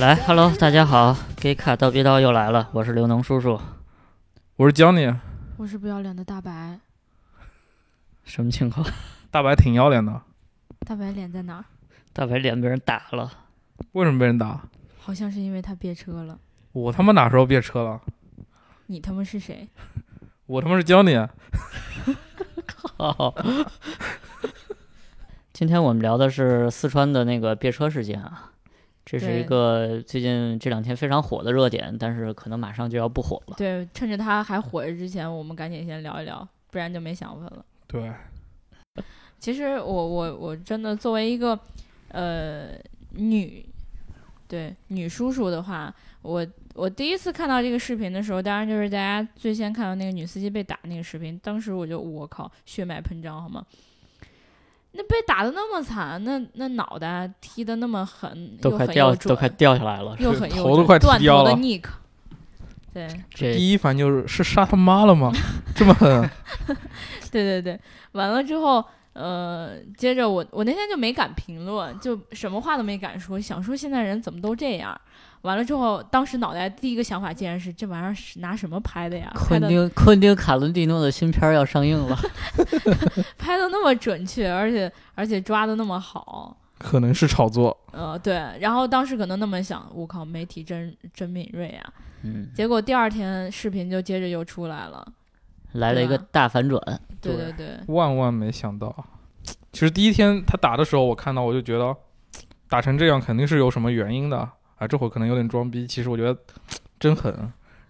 来，Hello，大家好，给卡刀逼刀又来了，我是刘能叔叔。我是江你，我是不要脸的大白，什么情况？大白挺要脸的，大白脸在哪儿？大白脸被人打了， 为什么被人打？好像是因为他别车了。我他妈哪时候别车了？你他妈是谁？我他妈是啊江你，靠！今天我们聊的是四川的那个别车事件啊，这是一对个最近这两天非常火的热点，但是可能马上就要不火了。对，趁着他还火着之前，我们赶紧先聊一聊，不然就没想法了。对，其实我我我真的作为一个呃女，对女叔叔的话，我我第一次看到这个视频的时候，当然就是大家最先看到那个女司机被打那个视频，当时我就我靠，血脉喷张，好吗？那被打的那么惨，那那脑袋踢的那么狠，都又快很掉，又都准快掉下来了。又很头幼都稚快踢断头掉的了 Nick，对 这第一反应就是是杀他妈了吗？这么狠，对对对，完了之后，呃，接着我我那天就没敢评论，就什么话都没敢说，想说现在人怎么都这样。完了之后，当时脑袋第一个想法竟然是这玩意儿是拿什么拍的呀？拍昆的汀昆汀卡伦蒂诺的新片儿要上映 了，拍的那么准确，而且而且抓的那么好，可能是炒作。呃，对。然后当时可能那么想，我靠，媒体真真敏锐啊！嗯，结果第二天视频就接着又出来了，来了一个对啊吧大反转。对对对，万万没想到，其实第一天他打的时候，我看到我就觉得，打成这样肯定是有什么原因的啊。这会儿可能有点装逼，其实我觉得真狠。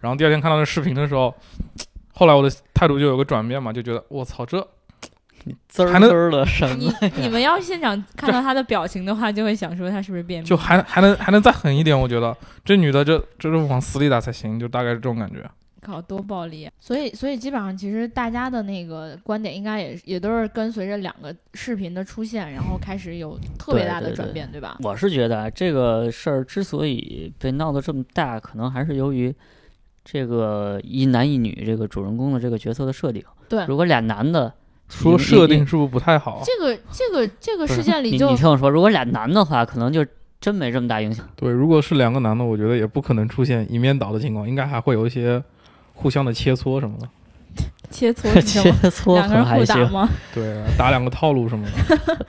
然后第二天看到那视频的时候，后来我的态度就有个转变嘛，就觉得我操，这滋儿还滋能儿的什你么？你们要现 场看到他的表情的话，就会想说他是不是便秘？就还还能还能再狠一点，我觉得这女的这这是往死里打才行，就大概是这种感觉。靠多暴力、啊所以所以基本上其实大家的那个观点应该也也都是跟随着两个视频的出现，然后开始有特别对大的对转对变，对吧？我是觉得啊这个事儿之所以被闹得这么大，可能还是由于这个一男一女这个主人公的这个角色的设定。对如果俩男的，说设定是不是不太好？啊这个这个这个不是事件你里你就你听我说，如果俩男的话，可能就真没这么大影响。对，如果是两个男的，我觉得也不可能出现一面倒的情况，应该还会有一些互相的切磋什么的。切磋 切你知道吗磋两可个能人还互打行，吗？对，啊打两个套路什么的。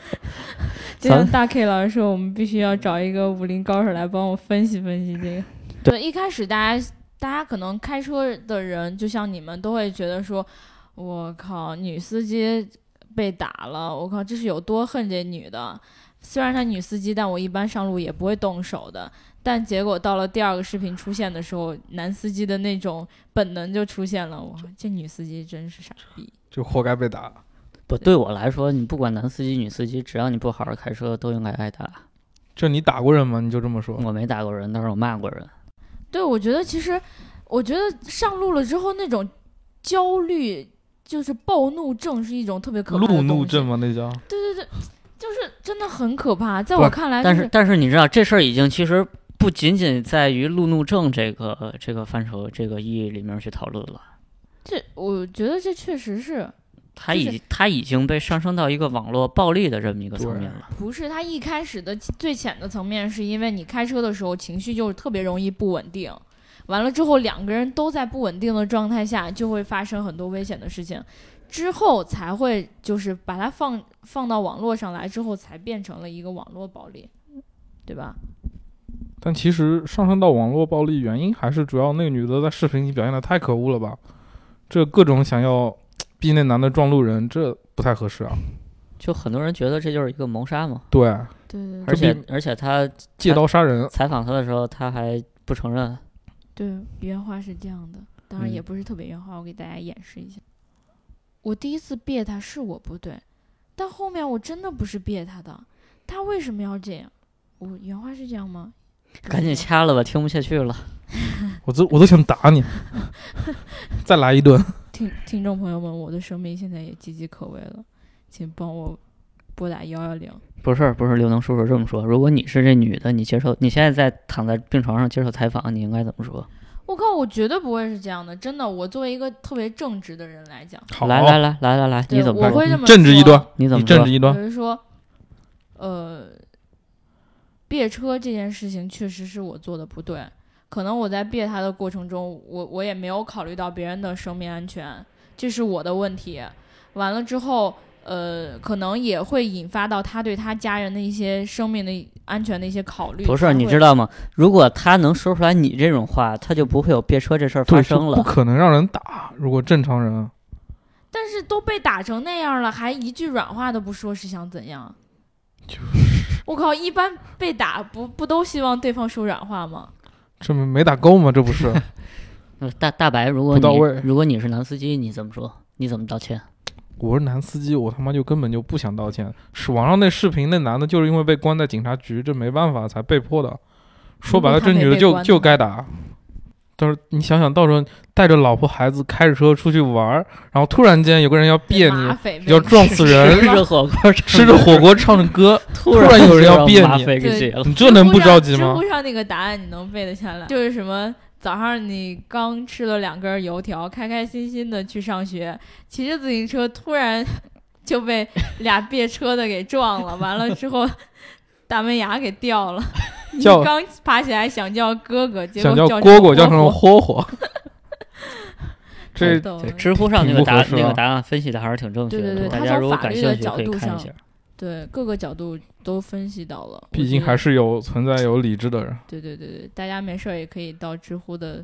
就咱像大 K 老师说，我们必须要找一个武林高手来帮我分析分析这个。对对，一开始大家大家可能开车的人，就像你们都会觉得说，我靠，女司机被打了，我靠，这是有多恨这女的。虽然她女司机，但我一般上路也不会动手的。但结果到了第二个视频出现的时候，男司机的那种本能就出现了。哇，这女司机真是傻逼。 就活该被打。不对我来说，你不管男司机女司机，只要你不好好开车，都应该挨打。这你打过人吗？你就这么说？我没打过人，但是我骂过人。对，我觉得其实，我觉得上路了之后那种焦虑，就是暴怒症，是一种特别可怕的路东怒西症。吗？那叫对对对，就是真的很可怕。在不我是看来、就但是但是你知道，这事儿已经其实不仅仅在于路怒症这个这个范畴这个意义里面去讨论了。这，我觉得这确实是他就已是他已经被上升到一个网络暴力的这么一个层面了。不是他一开始的最浅的层面，是因为你开车的时候情绪就是特别容易不稳定。完了之后，两个人都在不稳定的状态下，就会发生很多危险的事情，之后才会就是把它放放到网络上来，之后才变成了一个网络暴力，对吧？但其实上升到网络暴力，原因还是主要那个女的在视频里表现的太可恶了吧？这各种想要逼那男的撞路人，这不太合适啊。就很多人觉得这就是一个谋杀嘛，对，对对而对且而且他借刀杀人，采访他的时候，他还不承认。对，原话是这样的，当然嗯也不是特别原话，我给大家演示一下。我第一次别他是我不对，但后面我真的不是别他的，他为什么要这样？我原话是这样吗？不赶是紧吧掐了吧，听不下去了。我都我都想打 你，再来一顿。听听众朋友们，我的生命现在也岌岌可危了，请帮我拨打幺幺零。不是不是，刘能叔叔这么说。如果你是这女的，你接受你现在在躺在病床上接受采访，你应该怎么说？我靠，我绝对不会是这样的，真的。我作为一个特别正直的人来讲，好，啊来来来来来来，对你怎么我说？会这你么正直一说段，你怎你么正说？直一比段，如说，呃，别车这件事情确实是我做的不对，可能我在别他的过程中，我我也没有考虑到别人的生命安全，这是我的问题。完了之后，呃，可能也会引发到他对他家人的一些生命的安全的一些考虑。不他是，你会知道吗？如果他能说出来你这种话，他就不会有别车这事儿发对，就生不了。可能让人打。如果正常人，啊但是都被打成那样了，还一句软话都不说，是想怎样？我靠！一般被打不不都希望对方说软话吗？ 这没没打够吗？这不 是呃大大白，如果不到你位如果你是男司机，你怎么说？你怎么道歉？我是男司机，我他妈就根本就不想道歉。是网上那视频，那男的就是因为被关在警察局，这没办法才被迫的。说白了，如这果他没女的被就关的就话该打。但是你想想到时候带着老婆孩子开着车出去玩儿，然后突然间有个人要别马你，匪要们撞死人，吃着火锅， 吃着火锅唱着歌，突突然有人就要让别马你匪给对劫了。你这能不着急知吗乎？上那个答案你能背得下来？就是什么早上你刚吃了两根油条，开开心心的去上学，骑着自行车突然 就被俩别车的给撞了，完了之后大门牙给掉 了。你叫刚爬起来想叫哥哥，结想果成蝈蝈，叫成火了 霍霍。这太逗对，了知乎上那挺个不答合适那啊个答案分析的还是挺正确对对的，对大他家从如果法感律兴的趣角可以度看一上下。对各个角度都分析到了，毕竟还是是有存在有理智的人。对对对对，大家没事儿也可以到知乎的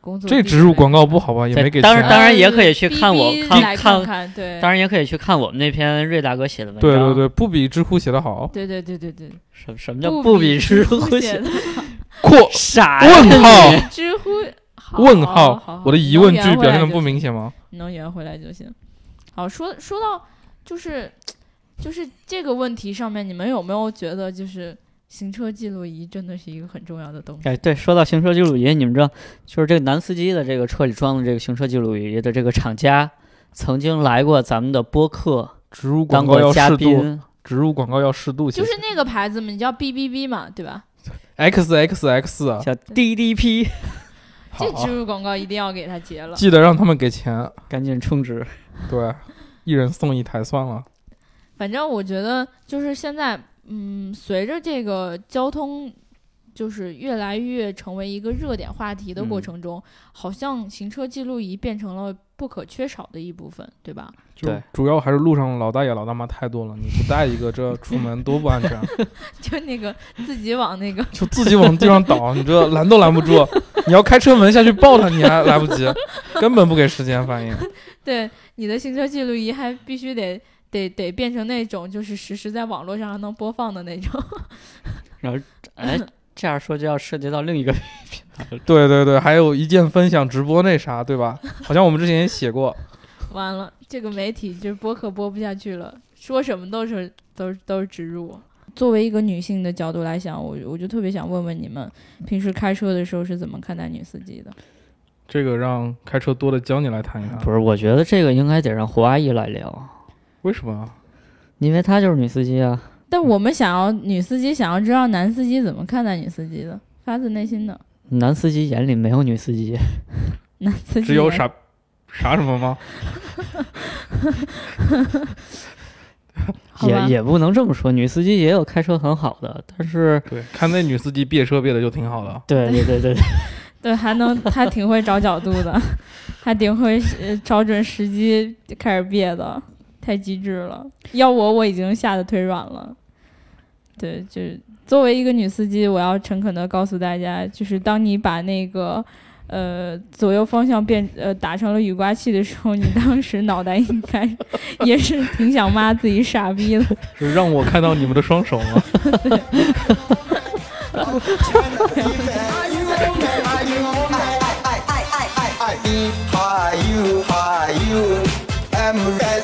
工作这地植入来广告不好吧？也没给当钱然。当然也可以去看我呃哔哔看来看看看，对，当然也可以去看我们那篇瑞大哥写的文章。对对，对，不比知乎写的 好。对对对对对，什什么叫不比知乎写的 括傻呀？问号你知乎好问好好号，我的疑问句表现的不，好明显吗？你能圆回来就行你能圆回来就行。好，说说到就是就是这个问题上面，你们有没有觉得就是行车记录仪真的是一个很重要的东西？哎，对，说到行车记录仪，你们知道，就是这个男司机的这个车里装的这个行车记录仪的这个厂家，曾经来过咱们的播客植入当广告过要嘉适度，宾。植入广告要适度。就是那个牌子嘛，你叫 B B B 嘛，对吧？ X X X 啊，叫 DDP，好这，植入广告一定要给它截了。记得让他们给钱。赶紧充值。对，一人送一台算了。反正我觉得就是现在，嗯，随着这个交通就是越来越成为一个热点话题的过嗯程中，好像行车记录仪变成了不可缺少的一部分，对吧？ 就对主要还是路上老大爷老大妈太多了，你不带一个，这出门多不安全。就那个自己往那个， 就自己往地上倒，你这拦都拦不住。你要开车门下去抱他，你还来不及，根本不给时间反应。对你的行车记录仪还必须得得得变成那种就是实时在网络上还能播放的那种。哎，这样说就要涉及到另一个品牌了。对对对，还有一键分享直播那啥，对吧？好像我们之前也写过，完了，这个媒体就是播客播不下去了，说什么都是都是都是植入。作为一个女性的角度来想，我我就特别想问问你们，平时开车的时候是怎么看待女司机的？这个让开车多的教你来谈一谈。不是，我觉得这个应该得让胡阿姨来聊，为什么？啊因为她就是女司机啊。但我们想要女司机想要知道男司机怎么看待女司机的，发自内心的男司机眼里没有女司机，男司机只有来傻傻什么吗？好吧也也不能这么说，女司机也有开车很好的，但是对，看那女司机别车别的就挺 好的。对对对对， 对，还能还挺会找角度的，还挺会呃找准时机开始憋的，太机智了。要我我已经吓得腿软了。对，就是作为一个女司机，我要诚恳的告诉大家，就是当你把那个呃左右方向变呃打成了雨刮器的时候，你当时脑袋应该 也是挺想骂自己傻逼的。是让我看到你们的双手吗？ Are you okay? Are you okay? I, I, I, I, I, I. If I, you, I, you, am ready.